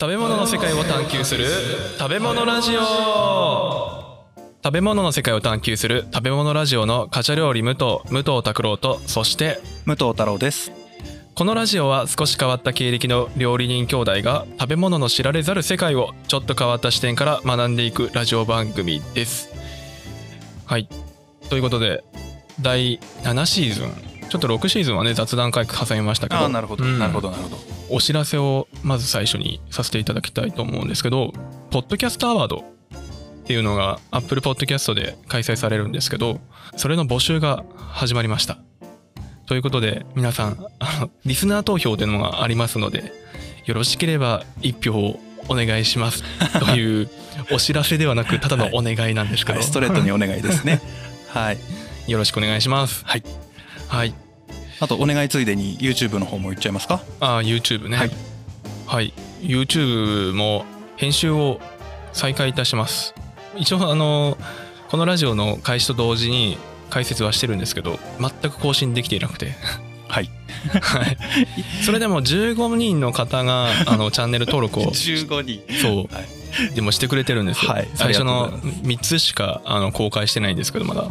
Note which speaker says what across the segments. Speaker 1: 食べ物の世界を探求する食べ物ラジオ食べ物の世界を探求する食べ物ラジオのカチャ料理武藤武藤拓郎とそして
Speaker 2: 武藤太郎です
Speaker 1: このラジオは少し変わった経歴の料理人兄弟が食べ物の知られざる世界をちょっと変わった視点から学んでいくラジオ番組ですはいということで第7シーズンちょっと6シーズンはね雑談会挟みましたけど
Speaker 2: ああなるほど、
Speaker 1: うん
Speaker 2: なるほどなるほど
Speaker 1: お知らせをまず最初にさせていただきたいと思うんですけど、ポッドキャストアワードっていうのが Apple Podcast で開催されるんですけど、それの募集が始まりました。ということで、皆さん、あの、リスナー投票というのがありますので、よろしければ一票をお願いし ますというお知らせではなく、ただのお願いなんですけど、
Speaker 2: はいストレートにお願いで すねはい
Speaker 1: よろしくお願いします。
Speaker 2: はい
Speaker 1: はい。
Speaker 2: あとお願いついでに YouTube の方も言っちゃいますか
Speaker 1: ああ YouTube ねは
Speaker 2: はいい、
Speaker 1: YouTube も編集を再開いたします一応あのこのラジオの開始と同時に解説はしてるんですけど全く更新できていなく て
Speaker 2: はい
Speaker 1: はいそれでも15人の方があのチャンネル登 録を
Speaker 2: 15人
Speaker 1: そう、
Speaker 2: は
Speaker 1: でもしてくれてるんですよ、
Speaker 2: はい
Speaker 1: 最初
Speaker 2: あ
Speaker 1: の
Speaker 2: りがとう
Speaker 1: 3つしかあの公開してないんですけどまだ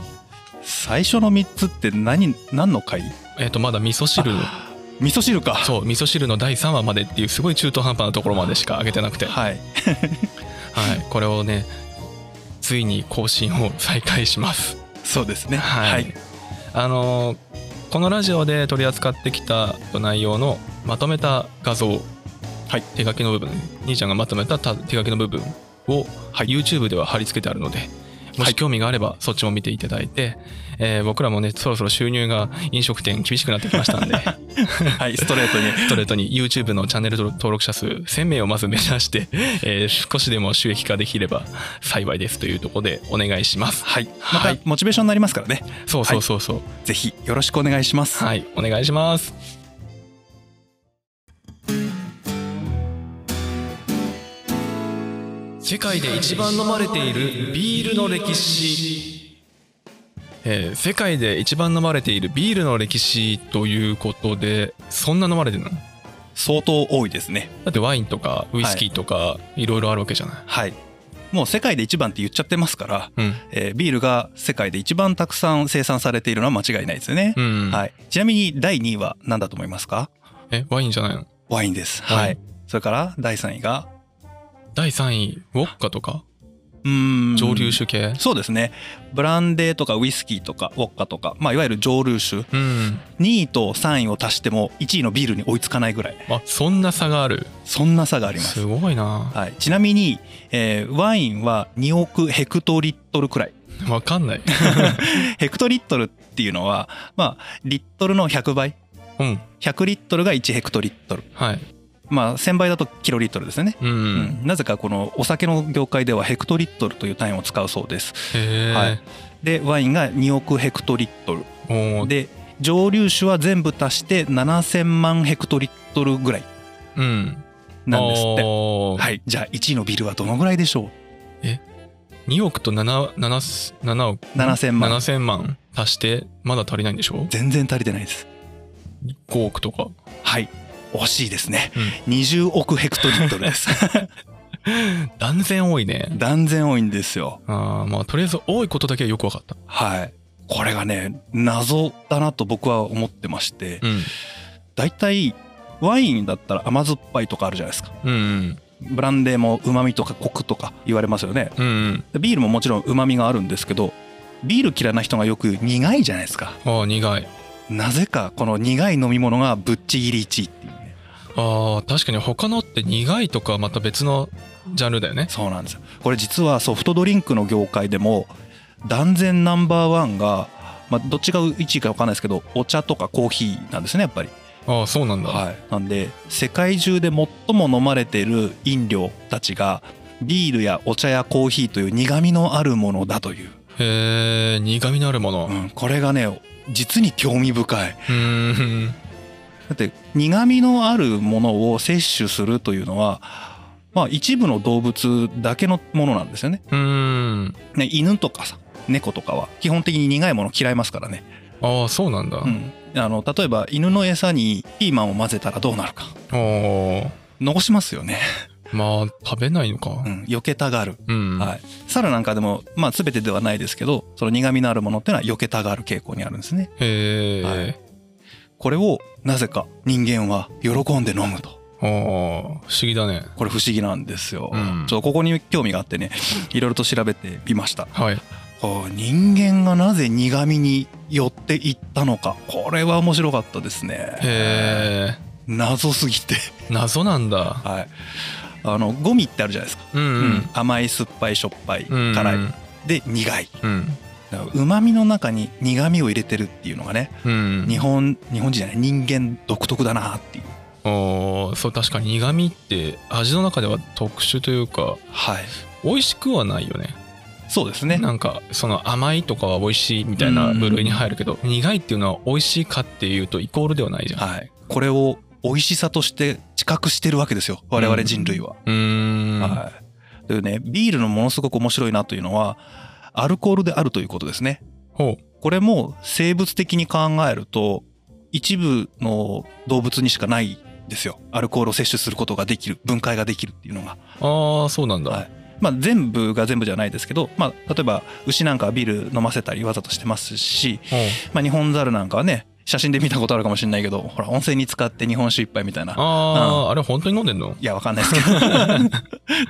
Speaker 2: 最初の3つって何何の回
Speaker 1: えっ、とまだ味噌汁
Speaker 2: 味噌汁か
Speaker 1: そう味噌汁の第3話までっていうすごい中途半端なところまでしか上げてなくて
Speaker 2: はい
Speaker 1: はい、これをね、ついに更新を再開します。
Speaker 2: そうですね
Speaker 1: はい。
Speaker 2: はい、
Speaker 1: あのーこのラジオで取り扱ってきた内容のまとめた画像、
Speaker 2: はい
Speaker 1: 手書きの部分、兄ちゃんがまとめたた手書きの部分を、YouTube では貼り付けてあるので、も
Speaker 2: は
Speaker 1: し
Speaker 2: い
Speaker 1: 興味があればそっちも見ていただいて、えー僕らもね、そろそろ収入が飲食店厳しくなってきましたんで、
Speaker 2: はい、ストレートに
Speaker 1: ストレートに YouTube のチャンネル登録者数1000名をまず目指して、えー少しでも収益化できれば幸いですというところでお願いします。
Speaker 2: はいま
Speaker 1: はい
Speaker 2: たモチベーションになりますからね
Speaker 1: そうそうそうそう。
Speaker 2: ぜひよろしくお願いします
Speaker 1: はい、お願いします。世界で一番飲まれているビールの歴史。えー世界で一番飲まれているビールの歴史ということで、そんな飲まれてるのだ
Speaker 2: 相当多いですね
Speaker 1: ってワインとかウイスキーとかいろいろあるわけじゃない
Speaker 2: はいもう世界で一番って言っちゃってますから、
Speaker 1: うん。
Speaker 2: えービールが世界で一番たくさん生産されているのは間違いないですよね、
Speaker 1: うん。
Speaker 2: はい、ちなみに第2位は何だと思いますか
Speaker 1: え、ワインじゃないの
Speaker 2: ワインです、
Speaker 1: ワイン
Speaker 2: はい、それから第3位が
Speaker 1: 第3位、ウォッカとか
Speaker 2: うーん
Speaker 1: 蒸留酒系
Speaker 2: そうですねブランデーとかウイスキーとかウォッカとか、まあ、いわゆる蒸留酒
Speaker 1: うん。
Speaker 2: 2位と3位を足しても1位のビールに追いつかないぐらい
Speaker 1: あ、そんな差がある。
Speaker 2: そんな差があります
Speaker 1: すごいな
Speaker 2: はい、ちなみに、えーワインは2億ヘクトリットルくらい
Speaker 1: わかんない。
Speaker 2: ヘクトリットルっていうのは、まあ、リットルの100倍
Speaker 1: うん。
Speaker 2: 100リットルが1ヘクトリットル
Speaker 1: はい。
Speaker 2: まあ1000倍だとキロリットルですよね、
Speaker 1: うん。
Speaker 2: うんなぜかこのお酒の業界ではヘクトリットルという単位を使うそうです
Speaker 1: へえ、
Speaker 2: はいでワインが2億ヘクトリットル
Speaker 1: おー
Speaker 2: で蒸留酒は全部足して7000万ヘクトリットルぐらい
Speaker 1: うん。
Speaker 2: なんですって
Speaker 1: おー
Speaker 2: はいじゃあ1位のビールはどのぐらいでしょ
Speaker 1: 2億と7、7、7億。
Speaker 2: う7000万
Speaker 1: 7000万足して、まだ足りないんでしょ
Speaker 2: 全然足りてないです
Speaker 1: ?5 億とか。
Speaker 2: はい惜しいですね、20億ヘクトリットルです
Speaker 1: 断然多いね。
Speaker 2: 断然多いんですよ
Speaker 1: あーまあ、とりあえず多いことだけはよくわかった。
Speaker 2: はいこれがね謎だなと僕は思ってまして
Speaker 1: うん。
Speaker 2: 大体ワインだったら甘酸っぱいとかあるじゃないですか
Speaker 1: うん
Speaker 2: ブランデーもうまみとかコクとか言われますよね
Speaker 1: うん。うん
Speaker 2: ビールももちろんうまみがあるんですけどビール嫌いな人がよく苦いじゃないですか
Speaker 1: うん。ああ、苦い。
Speaker 2: なぜかこの苦い飲み物がぶっちぎり1位っていうね
Speaker 1: ああ確かに他のって苦いとかはまた別のジャンルだよね
Speaker 2: そうなんですよこれ実はソフトドリンクの業界でも断然ナンバーワンが、まあ、どっちが1位か分かんないですけどお茶とかコーヒーなんですねやっぱり
Speaker 1: ああそうなんだ、
Speaker 2: はい、なんで世界中で最も飲まれている飲料たちがビールやお茶やコーヒーという苦みのあるものだという、
Speaker 1: へえ苦味のあるもの
Speaker 2: う、ん、これがね実に興味深いう
Speaker 1: ーん
Speaker 2: だって苦みのあるものを摂取するというのはまあ一部の動物だけのものなんですよね
Speaker 1: うーん
Speaker 2: ね犬とかさ猫とかは基本的に苦いもの嫌いますからね、
Speaker 1: ああそうなんだ、
Speaker 2: うん、あの例えば犬の餌にピーマンを混ぜたらどうなるか
Speaker 1: おー
Speaker 2: 残しますよね
Speaker 1: まあ食べないのか
Speaker 2: うん、避けたがる、
Speaker 1: うん、
Speaker 2: はい、猿なんかでも、まあ、全てではないですけどその苦味のあるものっていうのは避けたがる傾向にあるんですね
Speaker 1: へえ、
Speaker 2: はいこれをなぜか人間は喜んで飲むと
Speaker 1: ああ不思議だね
Speaker 2: これ不思議なんですよ、
Speaker 1: うん
Speaker 2: ちょっとここに興味があってね いろいろと調べてみました
Speaker 1: はい
Speaker 2: こう人間がなぜ苦味に寄っていったのかこれは面白かったですね
Speaker 1: へえ
Speaker 2: 謎すぎて
Speaker 1: 謎なんだ
Speaker 2: はいあのゴミってあるじゃないですか、
Speaker 1: うんう
Speaker 2: うんん甘い酸っぱいしょっぱい
Speaker 1: うん
Speaker 2: 辛い、で苦い
Speaker 1: うん
Speaker 2: うまみの中に苦味を入れてるっていうのがね
Speaker 1: うん
Speaker 2: 日本日本人じゃない人間独特だなっていう
Speaker 1: おーそう確かに苦味って味の中では特殊というか
Speaker 2: はい
Speaker 1: 美味しくはないよね
Speaker 2: そうですね
Speaker 1: なんかその甘いとかは美味しいみたいな部類に入るけど苦いっていうのは美味しいかっていうとイコールではないじゃん
Speaker 2: はいこれを美味しさとして知覚してるわけですよ我々人類は、
Speaker 1: うーん
Speaker 2: はい。というね、ビールのものすごく面白いなというのは、アルコールであるということですね。
Speaker 1: ほ
Speaker 2: これも生物的に考えると、一部の動物にしかないんですよ。アルコールを摂取することができる、分解ができるっていうのが。
Speaker 1: うああそうなんだ、
Speaker 2: はいまあ全部が全部じゃないですけど、まあ例えば牛なんかはビール飲ませたりわざとしてますし、
Speaker 1: ほう
Speaker 2: まあ日本猿なんかはね、写真で見たことあるかもしれないけど、ほら温泉に使って日本酒一杯みたいな
Speaker 1: あああれ本当に飲んでんの
Speaker 2: いや、わかんないですけど。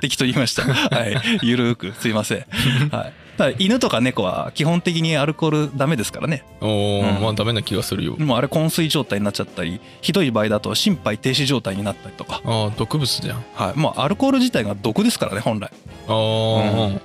Speaker 2: 適当に言いました。はい。ゆるーく、すいません。はい。ただ犬とか猫は基本的にアルコールダメですからね。
Speaker 1: おー
Speaker 2: うん
Speaker 1: まあダメな気がするよ
Speaker 2: もうあれ昏睡状態になっちゃったり、ひどい場合だと心肺停止状態になったりとか。
Speaker 1: ああ毒物じゃん
Speaker 2: はい。もうアルコール自体が毒ですからね、本来。
Speaker 1: ああ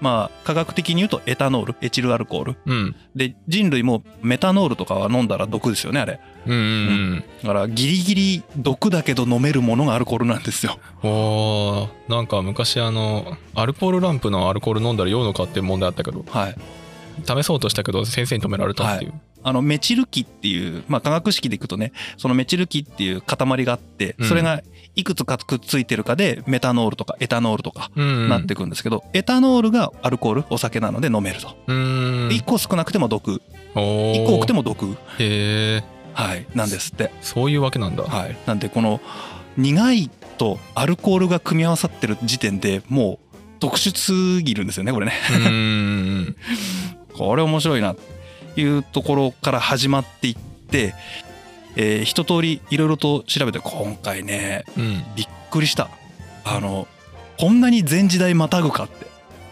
Speaker 2: まあ、科学的に言うとエタノール、エチルアルコール。
Speaker 1: うん
Speaker 2: で、人類もメタノールとかは飲んだら毒ですよね、あれ。
Speaker 1: うんうん
Speaker 2: だからギリギリ毒だけど飲めるものがアルコールなんですよ。
Speaker 1: うんおーなんか昔あのアルコールランプのアルコール飲んだら酔うのかっていう問題あったけど
Speaker 2: はい。
Speaker 1: 試そうとしたけど先生に止められたっていう、
Speaker 2: あのメチル基っていう、まあ、化学式でいくとねそのメチル基っていう塊があって
Speaker 1: うん
Speaker 2: それがいくつかくっついてるかでメタノールとかエタノールとか
Speaker 1: うんうん
Speaker 2: なっていくんですけど、エタノールがアルコールお酒なので飲めると、
Speaker 1: うーん
Speaker 2: 1個少なくても毒
Speaker 1: お
Speaker 2: 1個多くて
Speaker 1: も
Speaker 2: も毒、
Speaker 1: へえ
Speaker 2: はい、なんですって、
Speaker 1: そういうわけなんだ、
Speaker 2: はい、なんでこの苦いとアルコールが組み合わさってる時点でもう特殊すぎるんですよねこれね
Speaker 1: うーん
Speaker 2: これ面白いなっていうところから始まっていって、えー一通りいろいろと調べて今回ね
Speaker 1: うん
Speaker 2: びっくりしたあのこんなに前時代またぐかって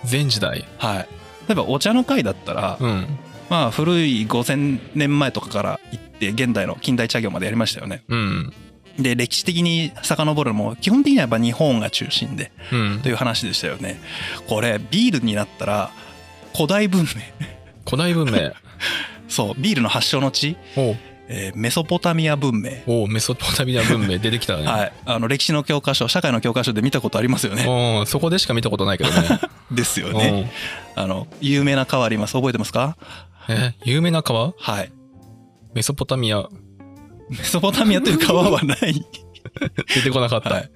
Speaker 1: 全時代
Speaker 2: はい例えばお茶の会だったら、
Speaker 1: うん
Speaker 2: まあ古い5,000年前とかから行って現代の近代茶業までやりましたよね
Speaker 1: うん
Speaker 2: で歴史的に遡るのも基本的にはやっぱ日本が中心で
Speaker 1: うん
Speaker 2: という話でしたよねこれビールになったら古代文明
Speaker 1: 古代文明
Speaker 2: そうビールの発祥の地
Speaker 1: おう
Speaker 2: えーメソポタミア文明、
Speaker 1: おうメソポタミア文明出てきたね、
Speaker 2: はい、あの歴史の教科書社会の教科書で見たことありますよね
Speaker 1: うんそこでしか見たことないけどね
Speaker 2: ですよ
Speaker 1: う
Speaker 2: ね
Speaker 1: ん
Speaker 2: あの有名な川あります覚えてますか
Speaker 1: え有名な川
Speaker 2: はい
Speaker 1: メソポタミア
Speaker 2: メソポタミアという川はない
Speaker 1: 出てこなかった、
Speaker 2: はい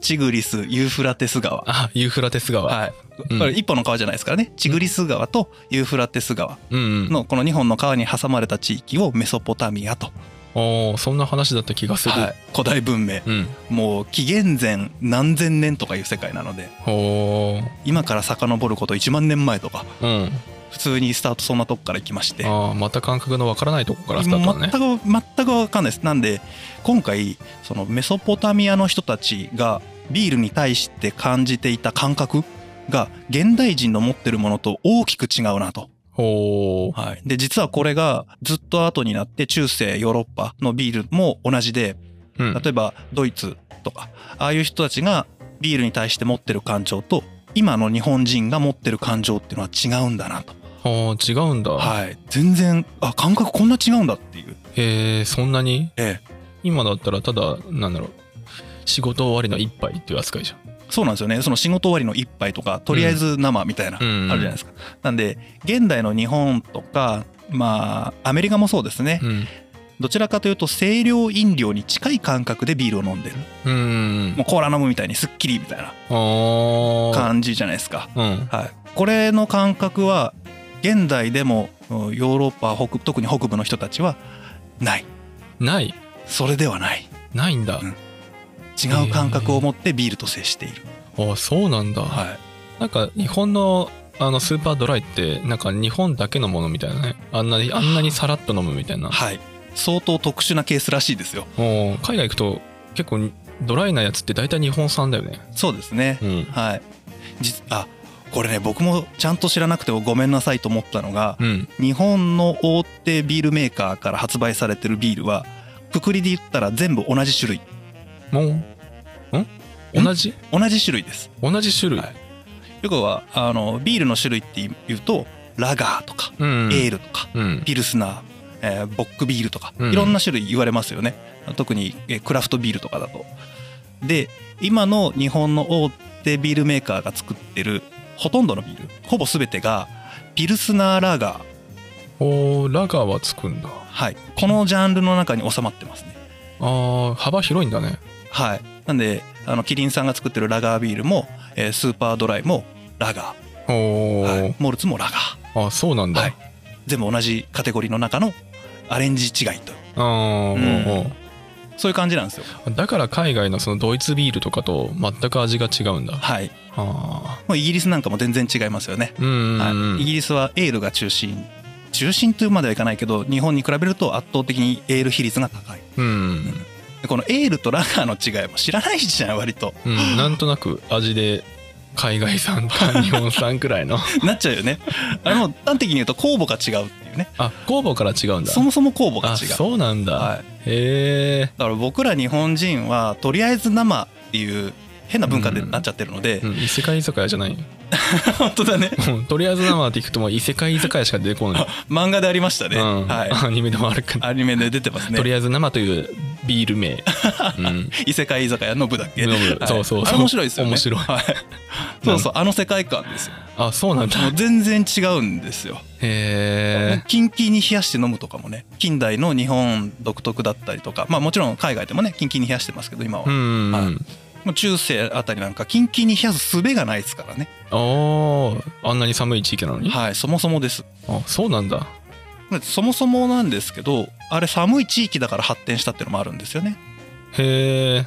Speaker 2: チグリスユーフラテス川
Speaker 1: あユーフラテス川、
Speaker 2: はい、
Speaker 1: うん
Speaker 2: これ一本の川じゃないですからねチグリス川とユーフラテス川
Speaker 1: うんうん
Speaker 2: のこの2本の川に挟まれた地域をメソポタミアと、
Speaker 1: おーそんな話だった気がする、
Speaker 2: はい、古代文明
Speaker 1: うん
Speaker 2: もう紀元前何千年とかいう世界なので
Speaker 1: おー
Speaker 2: 今から遡ること1万年前とか
Speaker 1: うん
Speaker 2: 普通にスタートそんなとこから行きまして
Speaker 1: ああまた感覚のわからないとこからスタートだね
Speaker 2: 全く全く分かんないですなんで今回そのメソポタミアの人たちがビールに対して感じていた感覚が現代人の持ってるものと大きく違うなと、
Speaker 1: おー
Speaker 2: はい、で実はこれがずっと後になって中世ヨーロッパのビールも同じで
Speaker 1: うん
Speaker 2: 例えばドイツとかああいう人たちがビールに対して持ってる感情と今の日本人が持ってる感情っていうのは違うんだなと、
Speaker 1: ああ違うんだ、
Speaker 2: はい、全然あ感覚こんな違うんだっていう、
Speaker 1: えー、そんなに
Speaker 2: ええ、
Speaker 1: 今だったらただなんだろう仕事終わりの一杯っていう扱いじゃ
Speaker 2: そうなんですよねその仕事終わりの一杯とかとりあえず生みたいな、
Speaker 1: ん、うん、
Speaker 2: あるじゃないですかなんで現代の日本とかまあアメリカもそうですね、
Speaker 1: うん
Speaker 2: どちらかというと清涼飲料に近い感覚でビールを飲んでる
Speaker 1: うんうん
Speaker 2: もうコーラ飲むみたいにすっきりみたいな
Speaker 1: あ
Speaker 2: 感じじゃないですか、
Speaker 1: あうん
Speaker 2: はい、これの感覚は現代でもうんヨーロッパ北特に北部の人たちはない
Speaker 1: ない
Speaker 2: それではない
Speaker 1: ないんだ、
Speaker 2: うん違う感覚を持ってビールと接している、
Speaker 1: ああそうなんだ、
Speaker 2: はい、
Speaker 1: なんか日本のあのスーパードライってなんか日本だけのものみたいなねあんなにあんなにさらっと飲むみたいな
Speaker 2: はい、相当特殊なケースらしいですよ
Speaker 1: もう海外行くと結構ドライなやつって大体日本産だよね
Speaker 2: そうですね
Speaker 1: うん
Speaker 2: はい実あこれね僕もちゃんと知らなくてごめんなさいと思ったのが
Speaker 1: うん
Speaker 2: 日本の大手ビールメーカーから発売されてるビールはくくりで言ったら全部同じ種類
Speaker 1: もうん同じ
Speaker 2: 同じ種類です
Speaker 1: 同じ種類、
Speaker 2: はいよくはあのビールの種類って言うとラガーとか
Speaker 1: うん
Speaker 2: エールとか
Speaker 1: うん
Speaker 2: ピルスナー、えーボックビールとか
Speaker 1: うん
Speaker 2: いろんな種類言われますよね、特にえークラフトビールとかだとで今の日本の大手ビールメーカーが作ってるほとんどのビールほぼ全てがピルスナーラガー、
Speaker 1: おーラガーはつくんだ
Speaker 2: はい、このジャンルの中に収まってますね
Speaker 1: あー幅広いんだね
Speaker 2: はいなんであのキリンさんが作ってるラガービールも、えースーパードライもラガ
Speaker 1: お
Speaker 2: ー、
Speaker 1: お、
Speaker 2: はいモルツもラガー
Speaker 1: あそうなんだ、
Speaker 2: はい全部同じカテゴリーの中のアレンジ違いと
Speaker 1: あー
Speaker 2: うん
Speaker 1: おー
Speaker 2: そういう感じなんですよ
Speaker 1: おーだから海外のそのドイツビールとかと全く味が違うんだ
Speaker 2: はい
Speaker 1: あ
Speaker 2: もうイギリスなんかも全然違いますよね
Speaker 1: ーうんうんうん、
Speaker 2: はい、イギリスはエールが中心中心というまではいかないけど日本に比べると圧倒的にエール比率が高い
Speaker 1: うん
Speaker 2: でこのエールとラガーの違いも知らないじゃん 割と
Speaker 1: うん、なんとなく味で海外産か日本産くら いの
Speaker 2: なっちゃうよねあの端的に言うと酵母が違うっていうね
Speaker 1: あ酵母から違うんだ
Speaker 2: そもそも酵母が
Speaker 1: あ
Speaker 2: 違う
Speaker 1: そうなんだ、
Speaker 2: はい、
Speaker 1: へえ、
Speaker 2: だから僕ら日本人はとりあえず生っていう変な文化でなっちゃってるので、
Speaker 1: うん、異世界居酒屋じゃない
Speaker 2: 本当 だね
Speaker 1: うんとりあえず生って聞くともう異世界居酒屋しか出てこない、
Speaker 2: 漫画でありました ね、
Speaker 1: うん
Speaker 2: はい
Speaker 1: アニメでもあるから、
Speaker 2: アニメで出てます
Speaker 1: と
Speaker 2: ね
Speaker 1: りあえず生というビール名、うん、
Speaker 2: 異世界居酒屋の部だっけ、
Speaker 1: 飲む
Speaker 2: はい
Speaker 1: そうそうそう
Speaker 2: あれ面白いですよね
Speaker 1: 面白い
Speaker 2: はい、 そうそうあの世界観ですよ
Speaker 1: あそうなんだ
Speaker 2: もう全然違うんですよ。も
Speaker 1: へ
Speaker 2: うキンキンに冷やして飲むとかもね近代の日本独特だったりとかまあもちろん海外でもねキンキンに冷やしてますけど今は、
Speaker 1: えうん、
Speaker 2: はいもう中世あたりなんかキンキンに冷やす術がないですからね
Speaker 1: おーあんなに寒い地域なのに、
Speaker 2: はいそもそもです
Speaker 1: あそうなんだ
Speaker 2: そもそもなんですけどあれ寒い地域だから発展したっていうのもあるんですよね
Speaker 1: へえ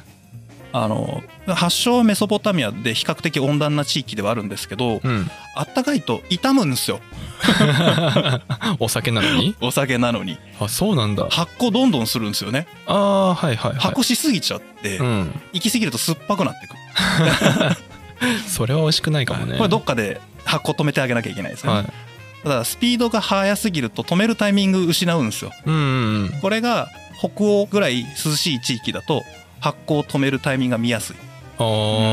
Speaker 2: あの発祥はメソポタミアで比較的温暖な地域ではあるんですけど
Speaker 1: うん
Speaker 2: あったかいと傷むんですよ
Speaker 1: お酒なのに
Speaker 2: お酒なのに
Speaker 1: あそうなんだ
Speaker 2: 発酵どんどんするんですよね
Speaker 1: あーはいはいはい
Speaker 2: 発酵しすぎちゃって、
Speaker 1: うん
Speaker 2: 行き過ぎると酸っぱくなってくる
Speaker 1: それは美味しくないかもね。
Speaker 2: これどっかで発酵止めてあげなきゃいけないですよね、
Speaker 1: はい。
Speaker 2: ただスピードが速すぎると止めるタイミング失うんですよ
Speaker 1: うんうんうん。
Speaker 2: これが北欧ぐらい涼しい地域だと発酵を止めるタイミングが見やすい
Speaker 1: あ
Speaker 2: う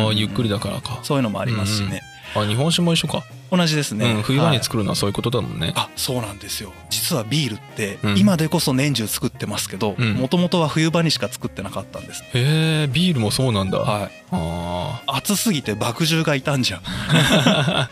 Speaker 1: あ、
Speaker 2: ん
Speaker 1: ゆっくりだからか。
Speaker 2: そういうのもありますしね、
Speaker 1: あ、日本酒も一緒か。
Speaker 2: 同じですね、
Speaker 1: うん、冬場
Speaker 2: は
Speaker 1: に
Speaker 2: い
Speaker 1: 作るのはそういうことだもんね。
Speaker 2: あそうなんですよ実はビールって
Speaker 1: うん
Speaker 2: 今でこそ年中作ってますけど
Speaker 1: うん
Speaker 2: もともとは冬場にしか作ってなかったんです、
Speaker 1: へえ、ビールもそうなんだ。あ
Speaker 2: はい、
Speaker 1: あ
Speaker 2: 暑すぎて麦汁がいたんじゃん
Speaker 1: ー。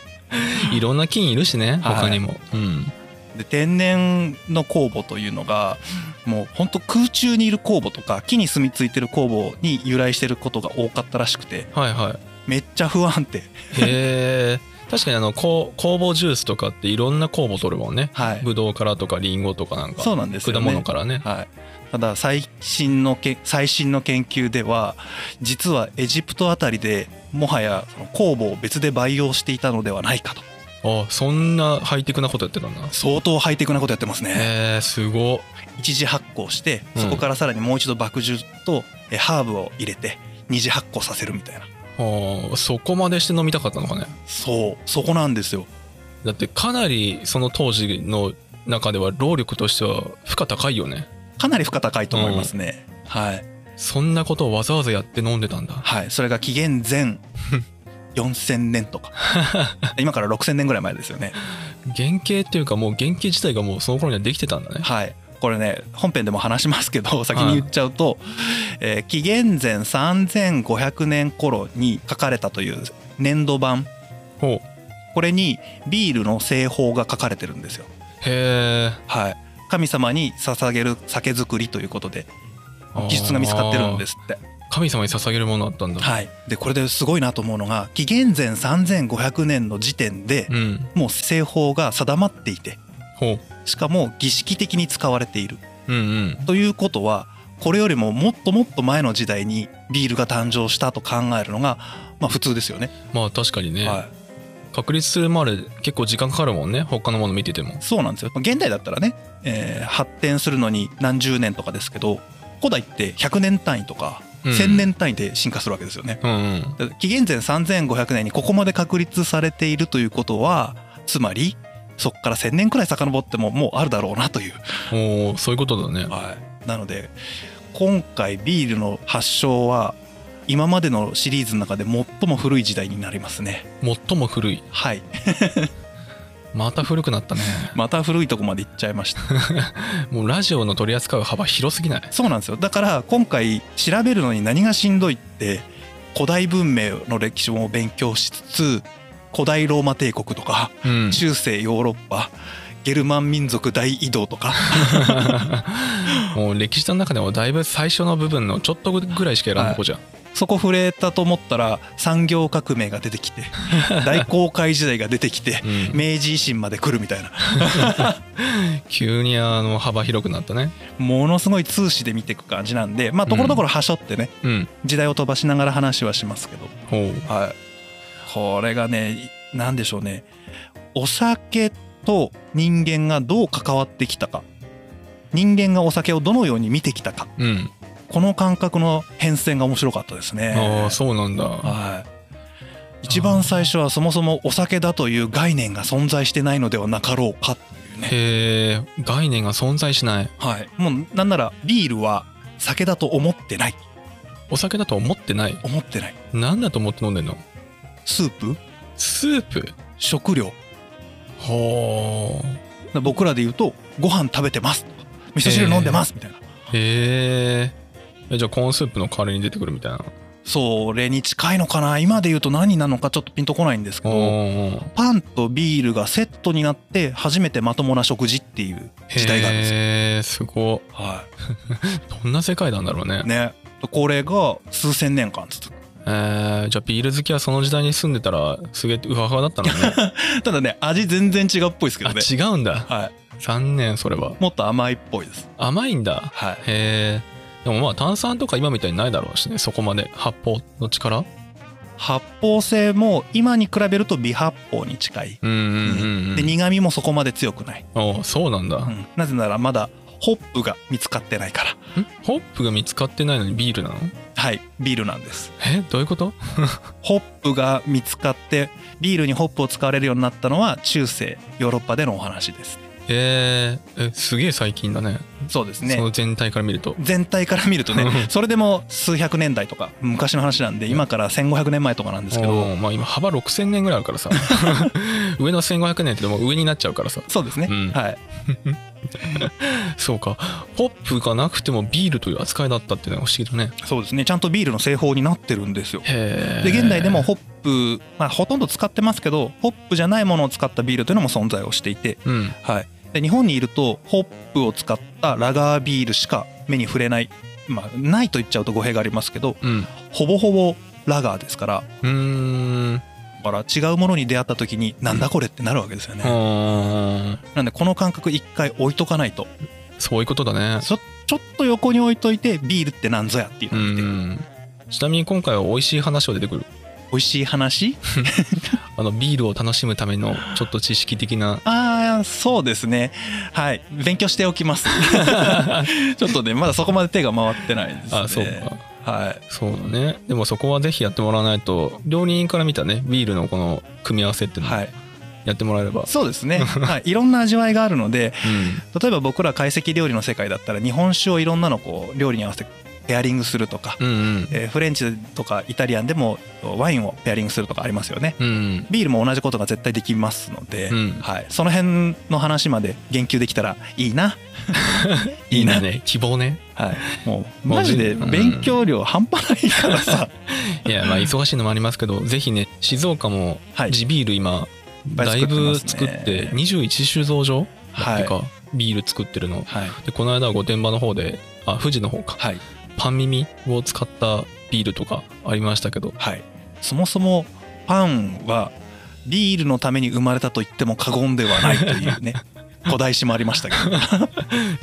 Speaker 1: いろんな菌いるしね、
Speaker 2: はい
Speaker 1: 他にも。うん。
Speaker 2: で天然の酵母というのがもう本当空中にいる酵母とか木に住み着いてる酵母に由来してることが多かったらしくて
Speaker 1: はいは
Speaker 2: めっちゃ不安定
Speaker 1: い。へえ。確かにあの、こう酵母ジュースとかっていろんな酵母取るもんね。
Speaker 2: はい
Speaker 1: ぶどうからとかリンゴとかなんか。
Speaker 2: そうなんですよね
Speaker 1: 果物からね。
Speaker 2: はいただ最新のけ最新の研究では実はエジプトあたりでもはやその酵母を別で培養していたのではないかと
Speaker 1: あそんなハイテクなことやってたんだ。
Speaker 2: 相当ハイテクなことやってますね
Speaker 1: へえ、すごっ。
Speaker 2: 一次発酵して
Speaker 1: うん
Speaker 2: そこからさらにもう一度麦汁とえハーブを入れて二次発酵させるみたいな
Speaker 1: あーそこまでして飲みたかったのかね。
Speaker 2: そうそこなんですよ
Speaker 1: だってかなりその当時の中では労力としては負荷高いよね
Speaker 2: かなり負荷高いと思いますね、はい
Speaker 1: そんなことをわざわざやって飲んでたんだ
Speaker 2: はいそれが紀元前4000年とか今から6000年ぐらい前ですよね
Speaker 1: 原型っていうかもう原型自体がもうその頃にはできてたんだね
Speaker 2: はいこれね本編でも話しますけど先に言っちゃうと、えー紀元前3500年頃に書かれたという粘土版
Speaker 1: ほう
Speaker 2: これにビールの製法が書かれてるんですよ
Speaker 1: へえ
Speaker 2: はい神様に捧げる酒造りということで技術が見つかってるんですって
Speaker 1: 神様に捧げるものだったんだ、
Speaker 2: はい、でこれですごいなと思うのが紀元前3500年の時点で
Speaker 1: うん
Speaker 2: もう製法が定まっていて
Speaker 1: ほ
Speaker 2: しかも儀式的に使われている
Speaker 1: ううんうん
Speaker 2: ということはこれよりももっともっと前の時代にビールが誕生したと考えるのが、まあ、普通ですよね。
Speaker 1: まあ確かにね、
Speaker 2: は
Speaker 1: 確立するまで結構時間かかるもんね他のもの見てても
Speaker 2: い、そうなんですよ。まあ現代だったらね、えー発展するのに何十年とかですけど古代って100年単位とか
Speaker 1: うん
Speaker 2: 1,000年単位で進化するわけですよね。
Speaker 1: うんうん
Speaker 2: だから紀元前3500年にここまで確立されているということはつまりそこから1,000年くらい遡ってももうあるだろうなという
Speaker 1: おーそういうことだね
Speaker 2: はい、なので今回ビールの発祥は今までのシリーズの中で最も古い時代になりますね
Speaker 1: 最も古い
Speaker 2: はい
Speaker 1: また古くなったね
Speaker 2: また古いとこまで行っちゃいました
Speaker 1: もうラジオの取り扱う幅広すぎない
Speaker 2: そうなんですよだから今回調べるのに何がしんどいって古代文明の歴史も勉強しつつ古代ローマ帝国とか
Speaker 1: うん
Speaker 2: 中世ヨーロッパゲルマン民族大移動とか
Speaker 1: もう歴史の中でもだいぶ最初の部分のちょっとぐらいしか選んでこじゃん、
Speaker 2: そこ触れたと思ったら産業革命が出て きて大航海時代が出てきて
Speaker 1: うん
Speaker 2: 明治維新まで来るみたいな
Speaker 1: 急にあの幅広くなったね
Speaker 2: ものすごい通史で見ていく感じなんでまあところどころ端折ってね、
Speaker 1: うん
Speaker 2: 時代を飛ばしながら話はしますけど、
Speaker 1: ほう
Speaker 2: はい、これがね何でしょうねお酒と人間がどう関わってきたか人間がお酒をどのように見てきたか
Speaker 1: うん
Speaker 2: この感覚の変遷が面白かったですね。
Speaker 1: ああそうなんだ
Speaker 2: はい一番最初はそもそもお酒だという概念が存在してないのではなかろうかっていうね
Speaker 1: へえ概念が存在しない
Speaker 2: はい、もうなんならビールは酒だと思ってない
Speaker 1: お酒だと思ってない
Speaker 2: 思ってない
Speaker 1: 何だと思って飲んでんの
Speaker 2: スープ
Speaker 1: スープ
Speaker 2: 食料
Speaker 1: ほ
Speaker 2: 僕らで言うとご飯食べてます味噌汁飲んでますみたいな、
Speaker 1: うへえじゃあコーンスープの代わりに出てくるみたいな
Speaker 2: それに近いのかな今で言うと何なのかちょっとピンとこないんですけ
Speaker 1: お
Speaker 2: ど
Speaker 1: ー
Speaker 2: パンとビールがセットになって初めてまともな食事っていう時代があるんですよ、
Speaker 1: へえすご
Speaker 2: は
Speaker 1: っどんな世界なんだろうね
Speaker 2: い、ねこれが数千年間続く
Speaker 1: えーじゃあビール好きはその時代に住んでたらすげえウハウハだったのね
Speaker 2: た だね味全然違うっぽいですけど
Speaker 1: あ
Speaker 2: ね
Speaker 1: 違うんだ
Speaker 2: はい
Speaker 1: 残念それは
Speaker 2: もっと甘いっぽいです
Speaker 1: 甘いんだ
Speaker 2: はい
Speaker 1: へえでもまあ炭酸とか今みたいにないだろうしねそこまで発泡の力
Speaker 2: 発泡性も今に比べると微発泡に近い、
Speaker 1: うんうんうん、うん、
Speaker 2: で苦味もそこまで強くない、
Speaker 1: おそうなんだ、
Speaker 2: うんんなぜならまだホップが見つかってないから
Speaker 1: ホップが見つかってないのにビールなの
Speaker 2: はいビールなんです
Speaker 1: えどういうこと
Speaker 2: ホップが見つかってビールにホップを使われるようになったのは中世ヨーロッパでのお話です
Speaker 1: えー、えすげえ最近だね
Speaker 2: そうです
Speaker 1: そ
Speaker 2: ね
Speaker 1: の全体から見ると
Speaker 2: 全体から見るとねそれでも数百年代とか昔の話なんで今から1500年前とかなんですけ
Speaker 1: お
Speaker 2: ど
Speaker 1: ーまあ今幅6,000年ぐらいある からさ上の1,500年ってもう上になっちゃうからさ
Speaker 2: そうですね、
Speaker 1: うん
Speaker 2: はい
Speaker 1: そうかホップがなくてもビールという扱いだったっていうのは不思議だね
Speaker 2: そうですねちゃんとビールの製法になってるんですよ
Speaker 1: へ
Speaker 2: で
Speaker 1: え
Speaker 2: 現代でもホップ、まあ、ほとんど使ってますけどホップじゃないものを使ったビールというのも存在をしていて、
Speaker 1: うん
Speaker 2: はい、で日本にいるとホップを使ったラガービールしか目に触れない、まあ、ないと言っちゃうと語弊がありますけど
Speaker 1: うん
Speaker 2: ほぼほぼラガーですから
Speaker 1: うーん
Speaker 2: だから違うものに出会った時になんだこれってなるわけですよね、
Speaker 1: あー
Speaker 2: なんでこの感覚一回置いとかないと
Speaker 1: そういうことだね
Speaker 2: ちょちょっと横に置いといてビールってなんぞやっていう
Speaker 1: う
Speaker 2: のを見て
Speaker 1: んちなみに今回は美味しい話は出てくる
Speaker 2: 美味しい話
Speaker 1: あのビールを楽しむためのちょっと知識的な
Speaker 2: ああそうですねはい勉強しておきます ちょっとねまだそこまで手が回ってないですね
Speaker 1: あそうか
Speaker 2: はい
Speaker 1: そうだねでもそこはぜひやってもらわないと料理人から見たねビールのこの組み合わせっていうのを
Speaker 2: はい
Speaker 1: やってもらえれば、
Speaker 2: そうですね、はい、いろんな味わいがあるので
Speaker 1: うん
Speaker 2: 例えば僕ら懐石料理の世界だったら日本酒をいろんなのこう料理に合わせてペアリングするとか、
Speaker 1: うんうん
Speaker 2: えーフレンチとかイタリアンでもワインをペアリングするとかありますよね
Speaker 1: うんうん
Speaker 2: ビールも同じことが絶対できますので、
Speaker 1: うん
Speaker 2: はい、その辺の話まで言及できたらいい な
Speaker 1: いいなね希望 ね
Speaker 2: はい、もう
Speaker 1: まあ
Speaker 2: マジで
Speaker 1: うん
Speaker 2: 勉強量半端ないからさ、
Speaker 1: いやまあ忙しいのもありますけどぜひね静岡も
Speaker 2: はい
Speaker 1: 地ビール今
Speaker 2: ぱ
Speaker 1: だ
Speaker 2: い作
Speaker 1: い
Speaker 2: ってま
Speaker 1: ぶ
Speaker 2: すね
Speaker 1: 作って21酒造場だっ
Speaker 2: は
Speaker 1: け
Speaker 2: い
Speaker 1: かビール作ってるの
Speaker 2: はい
Speaker 1: でこの間は御殿場の方であ富士の方か
Speaker 2: はい
Speaker 1: パン耳を使ったビールとかありましたけど
Speaker 2: はい、そもそもパンはビールのために生まれたと言っても 過言ではないというね古代史もありましたけど
Speaker 1: じゃ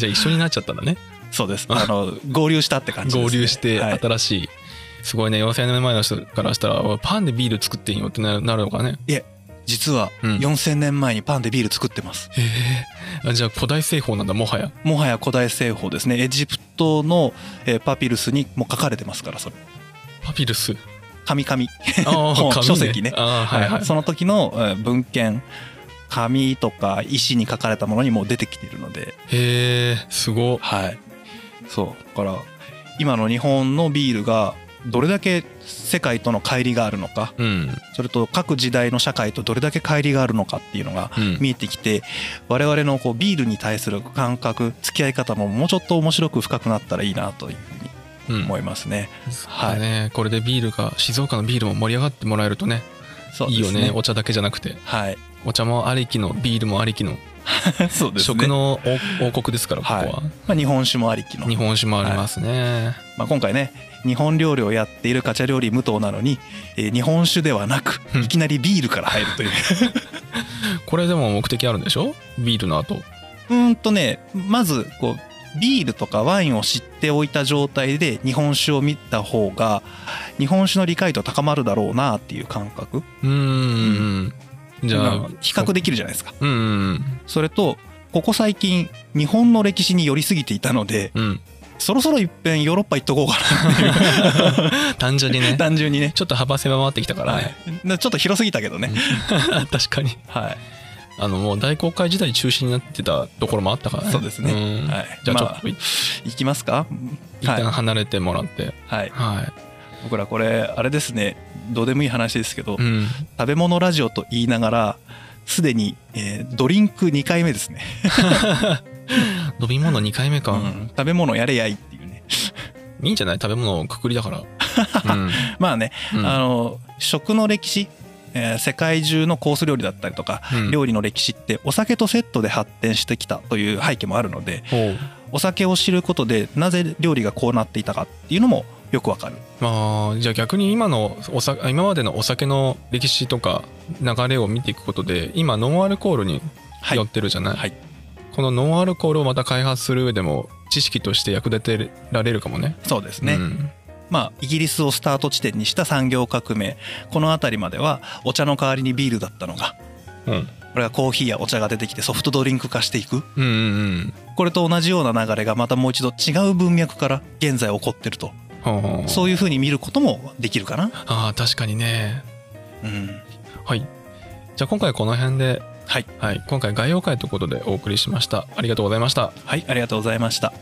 Speaker 1: あ一緒になっちゃったんだね
Speaker 2: そうです。あの合流したって感じです、ね。
Speaker 1: 合流して
Speaker 2: はい
Speaker 1: 新しい、すごいね4000年前の人からしたらおいパンでビール作っていいよってなるなるのかね
Speaker 2: 実は
Speaker 1: うん
Speaker 2: 4000年前にパンでビール作ってます。
Speaker 1: へえあじゃあ古代製法なんだもはや
Speaker 2: もはや古代製法ですね。エジプトの、えーパピルスにも書かれてますから、それ。
Speaker 1: パピルス
Speaker 2: 神々。
Speaker 1: あー
Speaker 2: 本
Speaker 1: 紙
Speaker 2: 書籍ね
Speaker 1: あーはいはい
Speaker 2: その時のえー文献、紙とか石に書かれたものにもう出てきているので、
Speaker 1: へえすご
Speaker 2: はい。そう。だから、今の日本のビールが、どれだけ世界との乖離があるのか、
Speaker 1: うん
Speaker 2: それと各時代の社会とどれだけ乖離があるのかっていうのが
Speaker 1: うん
Speaker 2: 見えてきて我々のこうビールに対する感覚付き合い方ももうちょっと面白く深くなったらいいなというふうに
Speaker 1: うん
Speaker 2: 思いますね。
Speaker 1: はいねこれでビールが静岡のビールも盛り上がってもらえるとね
Speaker 2: そう
Speaker 1: いい
Speaker 2: で
Speaker 1: よ
Speaker 2: す
Speaker 1: ねお茶だけじゃなくて
Speaker 2: はい。
Speaker 1: お茶もありきのビールもありきの
Speaker 2: そうですね。
Speaker 1: 食の王王国ですからここ
Speaker 2: はい
Speaker 1: は、
Speaker 2: まあ、日本酒もありきの。
Speaker 1: 日本酒もありますね、
Speaker 2: まあ、今回ね日本料理をやっているカチャ料理無糖なのに、えー日本酒ではなく
Speaker 1: うん
Speaker 2: いきなりビールから入るという。
Speaker 1: これでも目的あるんでしょビールの後
Speaker 2: うーんとねまずこうビールとかワインを知っておいた状態で日本酒を見た方が日本酒の理解度高まるだろうなっていう感覚
Speaker 1: うーんじゃあ
Speaker 2: 比較できるじゃないですか
Speaker 1: うんうん
Speaker 2: それとここ最近日本の歴史に寄りすぎていたので
Speaker 1: うん
Speaker 2: そろそろいっぺんヨーロッパ行っとこうかなって
Speaker 1: 単純に
Speaker 2: い
Speaker 1: ね
Speaker 2: う単純にね
Speaker 1: ちょっと幅狭まってきたからね、
Speaker 2: はいちょっと広すぎたけどね、
Speaker 1: うん 確かに
Speaker 2: はい
Speaker 1: あのもう大航海時代中止になってたところもあったからね
Speaker 2: そうですね
Speaker 1: ん
Speaker 2: はい
Speaker 1: じゃあちょ
Speaker 2: ま
Speaker 1: っ
Speaker 2: あ
Speaker 1: とい
Speaker 2: 行きますか
Speaker 1: 一
Speaker 2: はい
Speaker 1: 旦離れてもらって、
Speaker 2: はい
Speaker 1: はい。
Speaker 2: 僕らこれあれですねどうでもいい話ですけど、
Speaker 1: うん。
Speaker 2: 食べ物ラジオと言いながらすでに、えードリンク2回目ですね、
Speaker 1: 飲み物2回目か。
Speaker 2: うん食べ物やれやいっていうね
Speaker 1: いいんじゃない食べ物をくくりだから。うん。
Speaker 2: まあね、
Speaker 1: うん
Speaker 2: あの食の歴史、えー世界中のコース料理だったりとか、
Speaker 1: うん
Speaker 2: 料理の歴史ってお酒とセットで発展してきたという背景もあるので
Speaker 1: ほう
Speaker 2: お酒を知ることでなぜ料理がこうなっていたかっていうのもよくわかる
Speaker 1: まあ、じゃあ逆に今のおさ今までのお酒の歴史とか流れを見ていくことで今ノンアルコールに
Speaker 2: はい
Speaker 1: 寄ってるじゃない、
Speaker 2: はい
Speaker 1: このノンアルコールをまた開発する上でも知識として役立てられるかもね。
Speaker 2: そうですね、
Speaker 1: うん
Speaker 2: まあイギリスをスタート地点にした産業革命この辺りまではお茶の代わりにビールだったのが
Speaker 1: うん
Speaker 2: これがコーヒーやお茶が出てきてソフトドリンク化していく
Speaker 1: うんうん
Speaker 2: これと同じような流れがまたもう一度違う文脈から現在起こってると
Speaker 1: うん。ほうほう
Speaker 2: そういうふうに見ることもできるかな、
Speaker 1: ああ確かにね。
Speaker 2: うん、
Speaker 1: はい。じゃあ今回はこの辺で、
Speaker 2: はい、
Speaker 1: はい、今回概要会ということでお送りしました。ありがとうございました。
Speaker 2: はいありがとうございました